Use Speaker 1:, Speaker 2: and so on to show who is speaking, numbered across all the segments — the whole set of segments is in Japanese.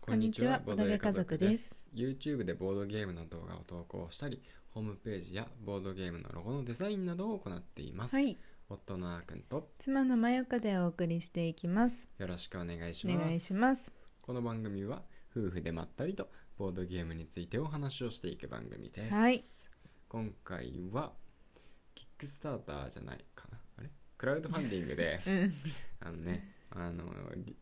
Speaker 1: こんにちは、ボドゲ家族です。
Speaker 2: YouTube でボードゲームの動画を投稿したり、ホームページやボードゲームのロゴのデザインなどを行っています。
Speaker 1: はい、
Speaker 2: 夫のあーくんと
Speaker 1: 妻のまよかでお送りしていきます。
Speaker 2: よろしくお願いし
Speaker 1: お
Speaker 2: ます。
Speaker 1: 願いします。
Speaker 2: この番組は夫婦でまったりとボードゲームについてお話をしていく番組です。
Speaker 1: はい、
Speaker 2: 今回は、キックスターターじゃないかな。あれクラウドファンディングで
Speaker 1: うん、
Speaker 2: あのね、あの、り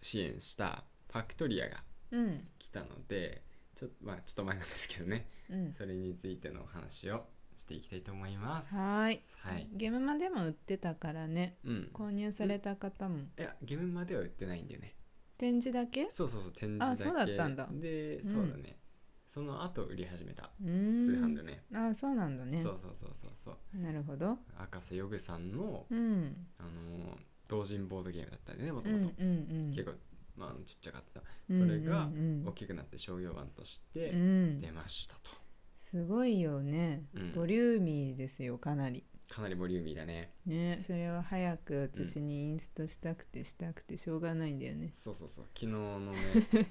Speaker 2: 支援したファクトリアが
Speaker 1: うん、
Speaker 2: 来たので、ちょ,、まあ、ちょっと前なんですけどね、
Speaker 1: うん。
Speaker 2: それについてのお話をしていきたいと思います。
Speaker 1: はーい。
Speaker 2: はい。
Speaker 1: ゲームマでも売ってたからね。
Speaker 2: うん。
Speaker 1: 購入された方も
Speaker 2: いや、ゲームまでは売ってないんだよね。
Speaker 1: 展示だけ？
Speaker 2: そうそうそう、展示だけ
Speaker 1: あそうだったんだ
Speaker 2: で、
Speaker 1: うん
Speaker 2: そうだね。その後売り始めた。
Speaker 1: うー
Speaker 2: 通
Speaker 1: ん。
Speaker 2: 販でね。
Speaker 1: あー、そうなんだね
Speaker 2: そ。うそうそうそうそう。
Speaker 1: なるほど。
Speaker 2: 赤瀬ヨグさんの、
Speaker 1: うん、
Speaker 2: あのー同人ボードゲームだったんでね、も
Speaker 1: う
Speaker 2: と
Speaker 1: ん、
Speaker 2: も
Speaker 1: うん、
Speaker 2: と。
Speaker 1: うん。
Speaker 2: 結構、まああの、ちっちゃかった。
Speaker 1: うん
Speaker 2: それが
Speaker 1: うん
Speaker 2: 大きくなって商業版とし
Speaker 1: う
Speaker 2: て
Speaker 1: ん、
Speaker 2: 出ましたと。
Speaker 1: すごいよね
Speaker 2: うん。
Speaker 1: ボリューミーですよ、かなり。
Speaker 2: かなりボリューミーだね。
Speaker 1: ね、それを早く私にインストしたくてしたくてしょうがないんだよね。
Speaker 2: そうそうそう昨日の ね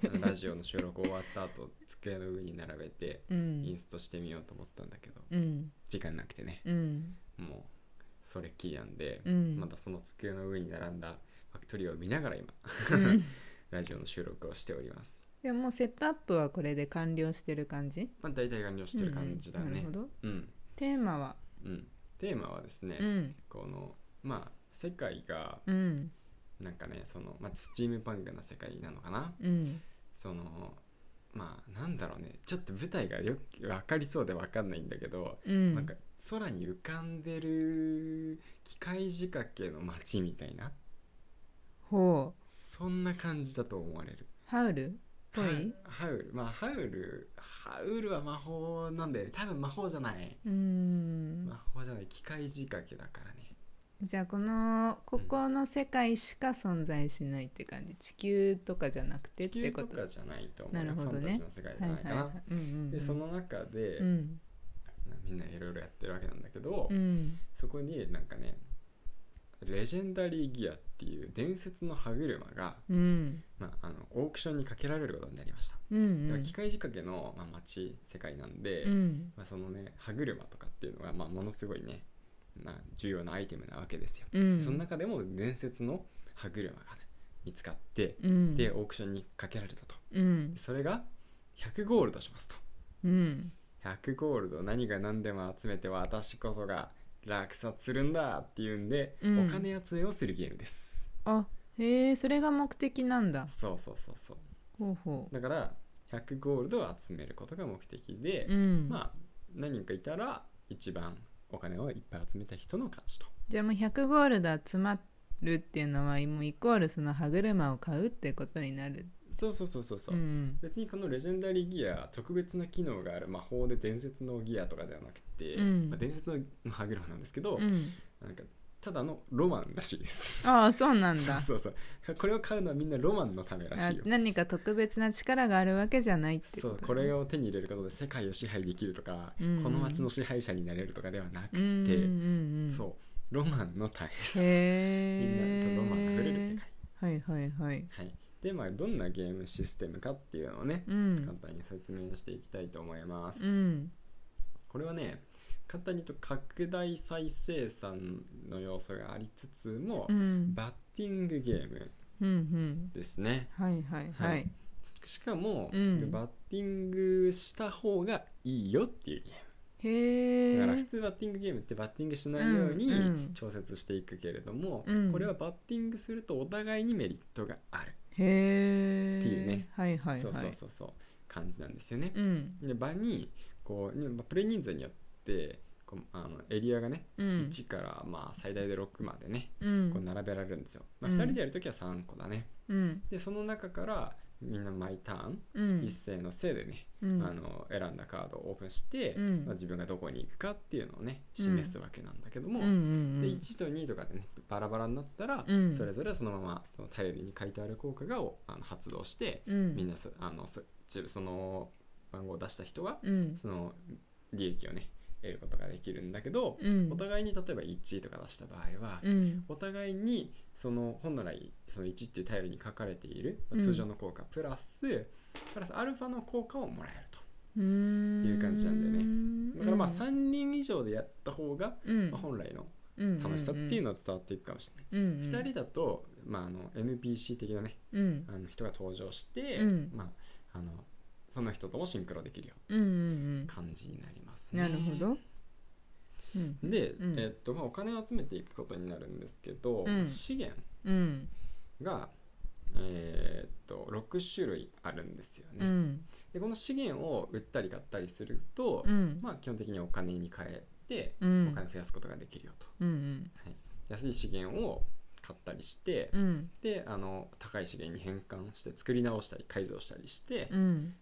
Speaker 2: あのラジオの収録終わった後机の上に並べて
Speaker 1: う
Speaker 2: イン
Speaker 1: ん。
Speaker 2: ストしてみようと思ったんだけど
Speaker 1: うん。
Speaker 2: 時間なくてね
Speaker 1: うん。
Speaker 2: もうそれっきりなんで、
Speaker 1: うん
Speaker 2: まだその机の上に並んだファクトリーを見ながら今
Speaker 1: うん
Speaker 2: ラジオの収録をしております
Speaker 1: でももうセットアップはこれで完了してる感じ
Speaker 2: まあ大体完了してる感じだ
Speaker 1: うんな
Speaker 2: ね
Speaker 1: るほど
Speaker 2: うんうん、
Speaker 1: テーマは
Speaker 2: テーマはですね、
Speaker 1: うん
Speaker 2: このまあ世界が
Speaker 1: うん
Speaker 2: なんかねその、まあ、スチームパンクな世界なのかな
Speaker 1: うん
Speaker 2: そのまあなんだろうねちょっと舞台がよく分かりそうで分かんないんだけど、
Speaker 1: うん
Speaker 2: なんか空に浮かんでる機械仕掛けの街みたいな
Speaker 1: ほう
Speaker 2: そんな感じだと思われる
Speaker 1: ハウルぽい
Speaker 2: はハウルまあハウルハウルは魔法なんで多分魔法じゃない
Speaker 1: うん
Speaker 2: 魔法じゃない機械仕掛けだからね
Speaker 1: じゃあこのここの世界しか存在しないって感じ地球とかじゃなくてっ
Speaker 2: 地
Speaker 1: て
Speaker 2: 球
Speaker 1: ことと
Speaker 2: かじゃないと思う
Speaker 1: なるほど
Speaker 2: ファ
Speaker 1: ね
Speaker 2: ンタジーの世界じ
Speaker 1: は
Speaker 2: ゃ
Speaker 1: い
Speaker 2: な
Speaker 1: はい
Speaker 2: か
Speaker 1: い
Speaker 2: な、
Speaker 1: はいうんうんうん
Speaker 2: でその中で、
Speaker 1: うん
Speaker 2: みんないろいろやってるわけなんだけど、
Speaker 1: うん
Speaker 2: そこになんかねレジェンダリーギアっていう伝説の歯車が、
Speaker 1: うん
Speaker 2: まあ、あのオークションにかけられることになりました、
Speaker 1: うんうん
Speaker 2: では機械仕掛けの、まあ、街世界なんで、
Speaker 1: うん
Speaker 2: まあ、そのね歯車とかっていうのが、まあ、ものすごいねな重要なアイテムなわけですよ、
Speaker 1: うん
Speaker 2: その中でも伝説の歯車が、ね、見つかって
Speaker 1: うん
Speaker 2: でオークションにかけられたと
Speaker 1: うん
Speaker 2: でそれが100ゴールドしますと
Speaker 1: うん
Speaker 2: 100ゴールド何が何でも集めて私こそが落札するんだっていうんで、
Speaker 1: うん
Speaker 2: お金集めをするゲームです
Speaker 1: あへえそれが目的なんだ
Speaker 2: そうそうそうそう
Speaker 1: ほうほ
Speaker 2: だから100ゴールドを集めることが目的で
Speaker 1: う、うん
Speaker 2: まあ何人かいたら一番お金をいっぱい集めた人の勝ちと
Speaker 1: じゃあもう100ゴールド集まるっていうのはもうイコールその歯車を買うってことになる
Speaker 2: そうそうそうそうそう、
Speaker 1: ん
Speaker 2: 別にこのレジェンダリーギア特別な機能がある魔法で伝説のギアとかではなくて、
Speaker 1: うん
Speaker 2: まあ、伝説の歯車なんですけど、
Speaker 1: うん、
Speaker 2: なんかただのロマンらしいです
Speaker 1: ああそうなんだ
Speaker 2: そうそうそうこれを買うのはみんなロマンのためら
Speaker 1: あ
Speaker 2: しいよ
Speaker 1: 何か特別な力があるわけじゃないって
Speaker 2: そ
Speaker 1: こと
Speaker 2: う
Speaker 1: ね
Speaker 2: これを手に入れることで世界を支配できるとか、
Speaker 1: うん
Speaker 2: この街の支配者になれるとかではなくて、
Speaker 1: うんうんうん
Speaker 2: そうロマンの大
Speaker 1: へ
Speaker 2: 切みんなそ
Speaker 1: え
Speaker 2: うロマンあふれる世界、
Speaker 1: はいはいはい
Speaker 2: はい、でまあどんなゲームシステムかっていうのをね
Speaker 1: う
Speaker 2: 簡
Speaker 1: ん
Speaker 2: 単に説明していきたいと思います、
Speaker 1: うん
Speaker 2: これはね簡単に言うと拡大再生産の要素がありつつも、
Speaker 1: うん
Speaker 2: バッティングゲーム
Speaker 1: うんうん
Speaker 2: ですね
Speaker 1: はいはいは
Speaker 2: はいいしかも、
Speaker 1: うん
Speaker 2: バッティングした方がいいよっていうゲーム
Speaker 1: へえ
Speaker 2: だから普通バッティングゲームってバッティングしないように
Speaker 1: うんうん
Speaker 2: 調節していくけれども、
Speaker 1: うん
Speaker 2: これはバッティングするとお互いにメリットがある、
Speaker 1: へえ
Speaker 2: っていうね
Speaker 1: はいはいはい
Speaker 2: そうそうそうそう感じなんですよね。
Speaker 1: うん
Speaker 2: で場にこうねまあプレイ人数によってこうあのエリアがね、
Speaker 1: うん
Speaker 2: 1からまあ最大で6までね
Speaker 1: うん
Speaker 2: こう並べられるんですよ。まあ、
Speaker 1: うん
Speaker 2: 2人でやるときは3個だね。
Speaker 1: うん
Speaker 2: でその中からみんな毎ターン、
Speaker 1: うん
Speaker 2: 一斉のせいでね、
Speaker 1: うん
Speaker 2: あの選んだカードをオープンして、
Speaker 1: うん
Speaker 2: まあ、自分がどこに行くかっていうのをね示すわけなんだけども、
Speaker 1: うんうん
Speaker 2: で
Speaker 1: うん
Speaker 2: 1と2とかでねバラバラになったら、
Speaker 1: うん
Speaker 2: それぞれそのままその頼りに書いてある効果がをあの発動して、
Speaker 1: うん
Speaker 2: みんなそあのそ自分その番号を出した人が
Speaker 1: うん
Speaker 2: その利益をね得ることができるんだけど、
Speaker 1: うん
Speaker 2: お互いに例えば1とか出した場合は、
Speaker 1: うん
Speaker 2: お互いにその本来その1っていうタイルに書かれているまあ
Speaker 1: うん
Speaker 2: 通常の効果プラス、プラスアルファの効果をもらえると
Speaker 1: うーん
Speaker 2: いう感じなんだよね
Speaker 1: ね
Speaker 2: だからまあ3人以上でやった方が、
Speaker 1: うん
Speaker 2: まあ、本来の
Speaker 1: うん
Speaker 2: 楽しさっていうのは伝わっていくかもしれない、
Speaker 1: うんうん
Speaker 2: 二2人だと、まあ、あの NPC 的なね
Speaker 1: うん
Speaker 2: あの人が登場して、
Speaker 1: うん
Speaker 2: まあ、あのその人ともシンクロできるよ
Speaker 1: うんうん
Speaker 2: うな感じになります
Speaker 1: うん
Speaker 2: ね。
Speaker 1: なるほどうん
Speaker 2: で、
Speaker 1: うん
Speaker 2: えっとまあ、お金を集めていくことになるんですけど、
Speaker 1: うん
Speaker 2: 資源
Speaker 1: うん
Speaker 2: が、えーっと6種類あるんですよね、
Speaker 1: うん
Speaker 2: でこの資源を売ったり買ったりすると、
Speaker 1: うん
Speaker 2: まあ、基本的にお金に変えて
Speaker 1: う
Speaker 2: お
Speaker 1: ん
Speaker 2: 金を増やすことができるよと、
Speaker 1: うん
Speaker 2: 安い資源を買ったりして、
Speaker 1: うん
Speaker 2: であの高い資源に変換して作り直したり改造したりして、
Speaker 1: うん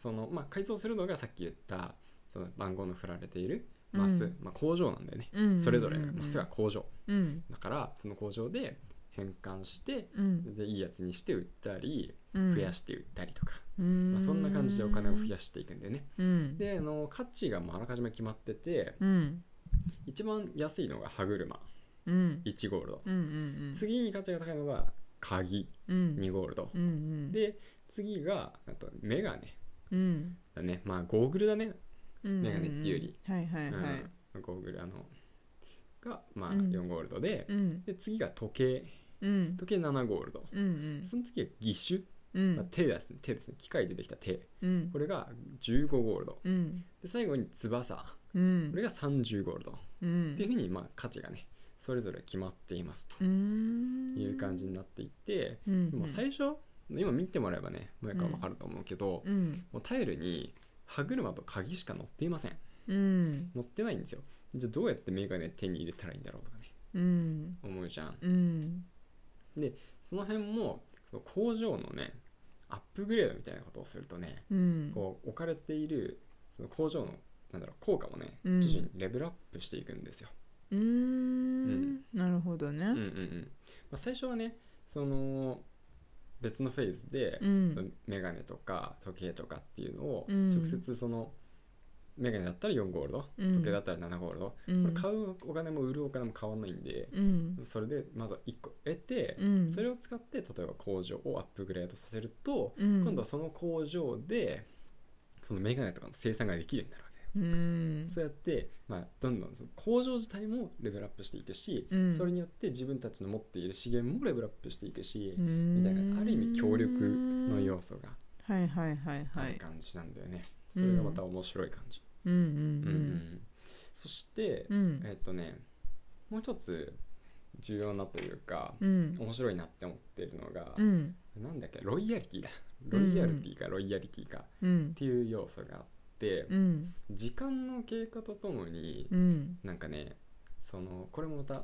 Speaker 2: そのまあ、改造するのがさっき言ったその番号の振られているマス、
Speaker 1: うん
Speaker 2: まあ、工場なんだよね、
Speaker 1: うん
Speaker 2: それぞれ
Speaker 1: うんうんうん
Speaker 2: マスが工場
Speaker 1: うん
Speaker 2: だからその工場で変換して
Speaker 1: うん
Speaker 2: でいいやつにして売ったり
Speaker 1: うん
Speaker 2: 増やして売ったりとか、
Speaker 1: ま
Speaker 2: まあ、そんな感じでお金を増
Speaker 1: し
Speaker 2: やしていくんでね
Speaker 1: うん
Speaker 2: であの価値がもうあらかじめ決まってて
Speaker 1: うん
Speaker 2: 一番安いのが歯車
Speaker 1: うん
Speaker 2: 1ゴールド
Speaker 1: うんうん
Speaker 2: 次に価値が高いのが鍵
Speaker 1: うん
Speaker 2: 2ゴールド
Speaker 1: うんうん
Speaker 2: で次があとメガネ
Speaker 1: うん
Speaker 2: だねまあゴーグルだね
Speaker 1: うん
Speaker 2: メガネっていうより
Speaker 1: うんはいはいはい
Speaker 2: うん、ゴーグルあのが、まあ、
Speaker 1: うん
Speaker 2: 4ゴールドで,、
Speaker 1: うん
Speaker 2: で次が時計
Speaker 1: うん
Speaker 2: 時計7ゴールド
Speaker 1: うんうん
Speaker 2: その次が義
Speaker 1: う
Speaker 2: 手、まあ、
Speaker 1: ん
Speaker 2: 手ですね手ですね機械でできた手
Speaker 1: うん
Speaker 2: これが15ゴールド
Speaker 1: うん
Speaker 2: で最後に翼
Speaker 1: うん
Speaker 2: これが30ゴールド、
Speaker 1: うん
Speaker 2: っていうふうにまあ価値がねそれぞれ決まっています
Speaker 1: うーん
Speaker 2: という感じになっていて、
Speaker 1: うんうん
Speaker 2: もう最初今見てもらえばねもやか分かると思うけど、
Speaker 1: うん
Speaker 2: もうタイルに歯車と鍵しか乗っていません
Speaker 1: うん
Speaker 2: 乗ってないんですよじゃあどうやってメガネ手に入れたらいいんだろうとかね
Speaker 1: うん
Speaker 2: 思うじゃん
Speaker 1: うん
Speaker 2: その辺もその工場のねアップグレードみたいなことをするとね
Speaker 1: うん
Speaker 2: こう置かれているその工場のなんだろう効果もね
Speaker 1: うん
Speaker 2: 徐々にレベルアップしていくんですよ。
Speaker 1: うーんなるほど
Speaker 2: うんう
Speaker 1: ね
Speaker 2: んうんまあ、最初はねその別のフェーズで、
Speaker 1: うん
Speaker 2: そのメガネとか時計とかっていうのを
Speaker 1: うん
Speaker 2: 直接その、メガネだったら4ゴールド
Speaker 1: うん
Speaker 2: 時計だったら7ゴールド、
Speaker 1: うん
Speaker 2: これ買うお金も売るお金も変わんないんで、
Speaker 1: うん
Speaker 2: それでまずは1個得て、
Speaker 1: うん
Speaker 2: それを使って例えば工場をアップグレードさせると、
Speaker 1: うん
Speaker 2: 今度はその工場でそのメガネとかの生産ができるようになるわけだよ、
Speaker 1: うん
Speaker 2: そうやって、まあ、どんどんその工場自体もレベルアップしていくし、
Speaker 1: うん
Speaker 2: それによって自分たちの持っている資源もレベルアップしていくし、
Speaker 1: み
Speaker 2: みたいなある意味協力の要素が
Speaker 1: はいはいはい
Speaker 2: あ
Speaker 1: は
Speaker 2: る
Speaker 1: い
Speaker 2: 感じなんだよね、それがまた面白い感じ、
Speaker 1: うん
Speaker 2: うんうんそして、
Speaker 1: うん
Speaker 2: えっとねもう一つ重要なというか、
Speaker 1: うんうん
Speaker 2: 面白いなって思ってるのが、
Speaker 1: うん
Speaker 2: なんだっけロイヤリティだ
Speaker 1: う
Speaker 2: ロ
Speaker 1: ん
Speaker 2: イヤリティかロイヤリティかっ
Speaker 1: うん
Speaker 2: ていう要素があって、
Speaker 1: うん
Speaker 2: 時間の経過とともに、
Speaker 1: うん
Speaker 2: なんかねそのこれもまた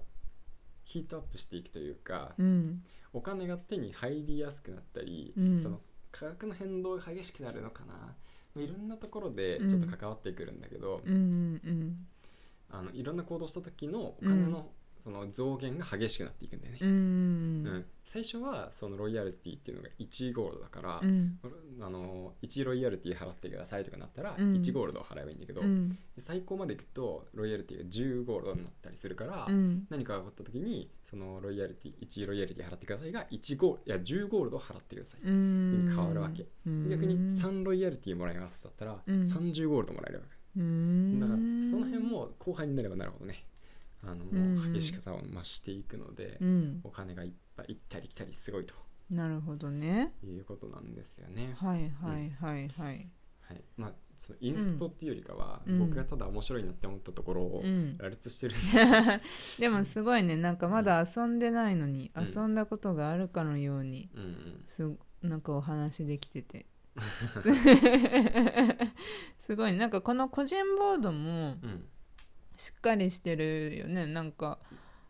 Speaker 2: ヒートアップしていくというか、
Speaker 1: うん
Speaker 2: お金が手に入りやすくなったり、
Speaker 1: うん
Speaker 2: その価格の変動が激しくなるのかなまあいろんなところで
Speaker 1: うん
Speaker 2: ちょっと関わってくるんだけど、
Speaker 1: うんうん
Speaker 2: あのいろんな行動した時のお金の,、その増減が激しくなっていくんだよね。
Speaker 1: うんうん
Speaker 2: うん最初はそのロイヤルティっていうのが1ゴールドだから、
Speaker 1: うん
Speaker 2: あの1ロイヤルティ払ってくださいとかなったら
Speaker 1: うん
Speaker 2: 1ゴールドを払えばいいんだけど、
Speaker 1: うん
Speaker 2: 最高までいくとロイヤルティが10ゴールドになったりするから、
Speaker 1: うん
Speaker 2: 何かが起こった時にそのロイヤルティ1ロイヤルティ払ってくださいが1ゴールいや10ゴールドを払ってください、
Speaker 1: うん
Speaker 2: 変わるわけ
Speaker 1: うん
Speaker 2: 逆に3ロイヤルティもらえますだったら
Speaker 1: うん
Speaker 2: 30ゴールドもらえるわけ、
Speaker 1: うん
Speaker 2: だからその辺も後半になればなるほどねあの、
Speaker 1: うん
Speaker 2: 激しさを増していくので、
Speaker 1: うん
Speaker 2: お金がいっぱい行ったり来たりすごいと
Speaker 1: なるほどね
Speaker 2: いうことなんですよね。
Speaker 1: はいはいはいはい
Speaker 2: はい、まあそのインストっていうよりかは、
Speaker 1: うん
Speaker 2: 僕がただ面白いなって思ったところを
Speaker 1: うん
Speaker 2: 羅列してる、
Speaker 1: でもすごいねなんかまだ遊んでないのに、
Speaker 2: うん
Speaker 1: 遊んだことがあるかのように
Speaker 2: うんうん
Speaker 1: すなんかお話できててすすごいなんかこの個人ボードも
Speaker 2: うん、
Speaker 1: しっかりしてるよねなんか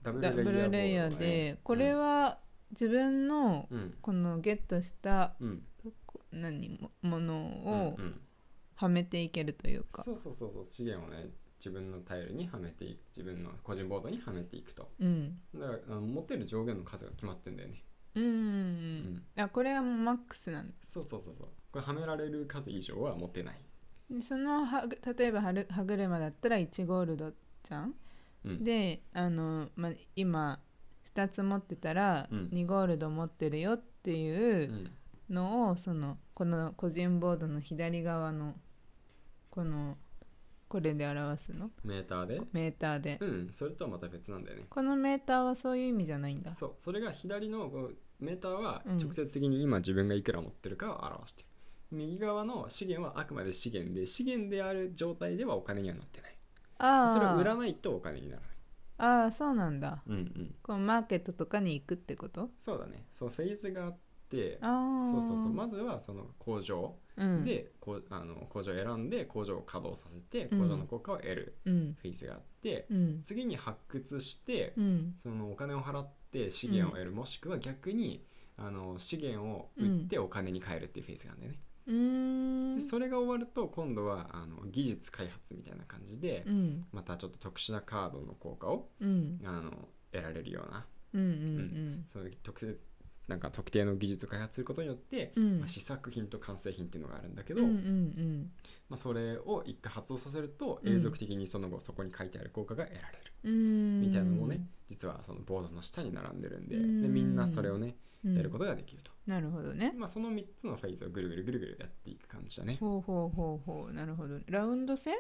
Speaker 2: ダブ
Speaker 1: ダブルレイヤー
Speaker 2: ボド
Speaker 1: で、
Speaker 2: ね
Speaker 1: これ、は自分の
Speaker 2: うん
Speaker 1: このゲットした
Speaker 2: うんうん
Speaker 1: こ何もものを
Speaker 2: うんうん
Speaker 1: はめていけるというか、
Speaker 2: そうそうそうそう資源をね自分のタイルにはめていく自分の個人ボードにはめていくと
Speaker 1: うん、
Speaker 2: だからあの持てる上限の数が決まってんだよね、
Speaker 1: うんうん
Speaker 2: う
Speaker 1: うんあこれはもうマックスなんだ
Speaker 2: そうそうそうそうこれはめられる数以上は持てない
Speaker 1: でそのは例えばはる歯車だったら1ゴールドじゃん
Speaker 2: うん、
Speaker 1: であの、ま、今2つ持ってたら
Speaker 2: うん
Speaker 1: 2ゴールド持ってるよっていううんのを、そのこの個人ボードの左側のこのこれで表すの
Speaker 2: メーターで
Speaker 1: メーターで、
Speaker 2: うんそれとはまた別なんだよね
Speaker 1: このメーターはそういう意味じゃないんだ
Speaker 2: そうそれが左のこうメーターは
Speaker 1: うん
Speaker 2: 直接的に今自分がいくら持ってるかを表してる、右側の資源はあくまで資源で資源である状態ではお金にはなってない
Speaker 1: ああ
Speaker 2: それを売らないとお金にならない
Speaker 1: ああそうなんだ
Speaker 2: うんうん
Speaker 1: このマーケットとかに行くってこと
Speaker 2: そうだねそうフェーズがあって
Speaker 1: ああ
Speaker 2: そうそうそうまずはその工場
Speaker 1: うん、
Speaker 2: で、こうあの工場を選んで工場を稼働させて
Speaker 1: うん
Speaker 2: 工場の効果を得る
Speaker 1: うん
Speaker 2: フェーズがあって、
Speaker 1: うん
Speaker 2: 次に発掘して、
Speaker 1: うん
Speaker 2: そのお金を払って資源を得る、もしくは逆にあの資源を売ってお金に換えるっていうフェーズがあるんだよね、
Speaker 1: うーん
Speaker 2: でそれが終わると今度はあの技術開発みたいな感じで、
Speaker 1: うん
Speaker 2: またちょっと特殊なカードの効果を
Speaker 1: うん
Speaker 2: あの得られるような
Speaker 1: うんうん
Speaker 2: そういう特性なんか特定の技術を開発することによって、
Speaker 1: うん
Speaker 2: まあ、試作品と完成品っていうのがあるんだけど、
Speaker 1: うんうんうん
Speaker 2: まあ、それを一回発動させると
Speaker 1: うん
Speaker 2: 永続的にその後そこに書いてある効果が得られる
Speaker 1: うん
Speaker 2: みたいなのもね、実はそのボードの下に並んでるんで,、
Speaker 1: うん
Speaker 2: でみんなそれをね
Speaker 1: うん
Speaker 2: やることができると、
Speaker 1: なるほどね
Speaker 2: まあ、その3つのフェーズをぐるぐるぐるぐるやっていく感じだね、
Speaker 1: ほうほうほうほうなるほどラウンド制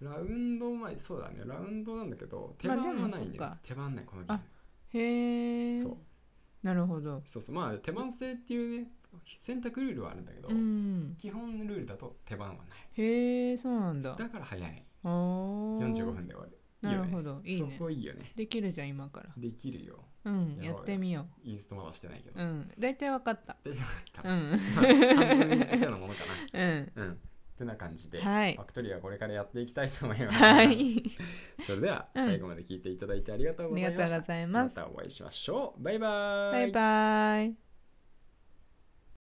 Speaker 2: ラウンド前そうだねラウンドなんだけど手番はないんだよね、
Speaker 1: まあでもそっか
Speaker 2: 手番ないこのゲーム
Speaker 1: へえ
Speaker 2: そう
Speaker 1: なるほど
Speaker 2: そうそうまあ手番制っていうね選択ルールはあるんだけど、
Speaker 1: うん
Speaker 2: 基本ルールだと手番はない
Speaker 1: へえそうなんだ
Speaker 2: だから早い
Speaker 1: あ四
Speaker 2: 45分で終わる
Speaker 1: なるほど
Speaker 2: いいよね
Speaker 1: いいね
Speaker 2: そこいいよね
Speaker 1: できるじゃん今から
Speaker 2: できるよ
Speaker 1: うん
Speaker 2: や
Speaker 1: や
Speaker 2: ろうよ
Speaker 1: ってみよ
Speaker 2: インストまだしてないけど、
Speaker 1: ううん大体わかった
Speaker 2: でな
Speaker 1: う
Speaker 2: かっ
Speaker 1: ん
Speaker 2: た、半分インストしたようなものか
Speaker 1: うん
Speaker 2: なうんってな感じで、
Speaker 1: はい
Speaker 2: ファクトリーはこれからやっていきたいと思います、
Speaker 1: はい
Speaker 2: それでは
Speaker 1: うん
Speaker 2: 最後まで聞いていただいてありがとう
Speaker 1: あ
Speaker 2: ござい
Speaker 1: りが
Speaker 2: ました
Speaker 1: とうございます
Speaker 2: またお会いしましょうバイバー
Speaker 1: バイバイ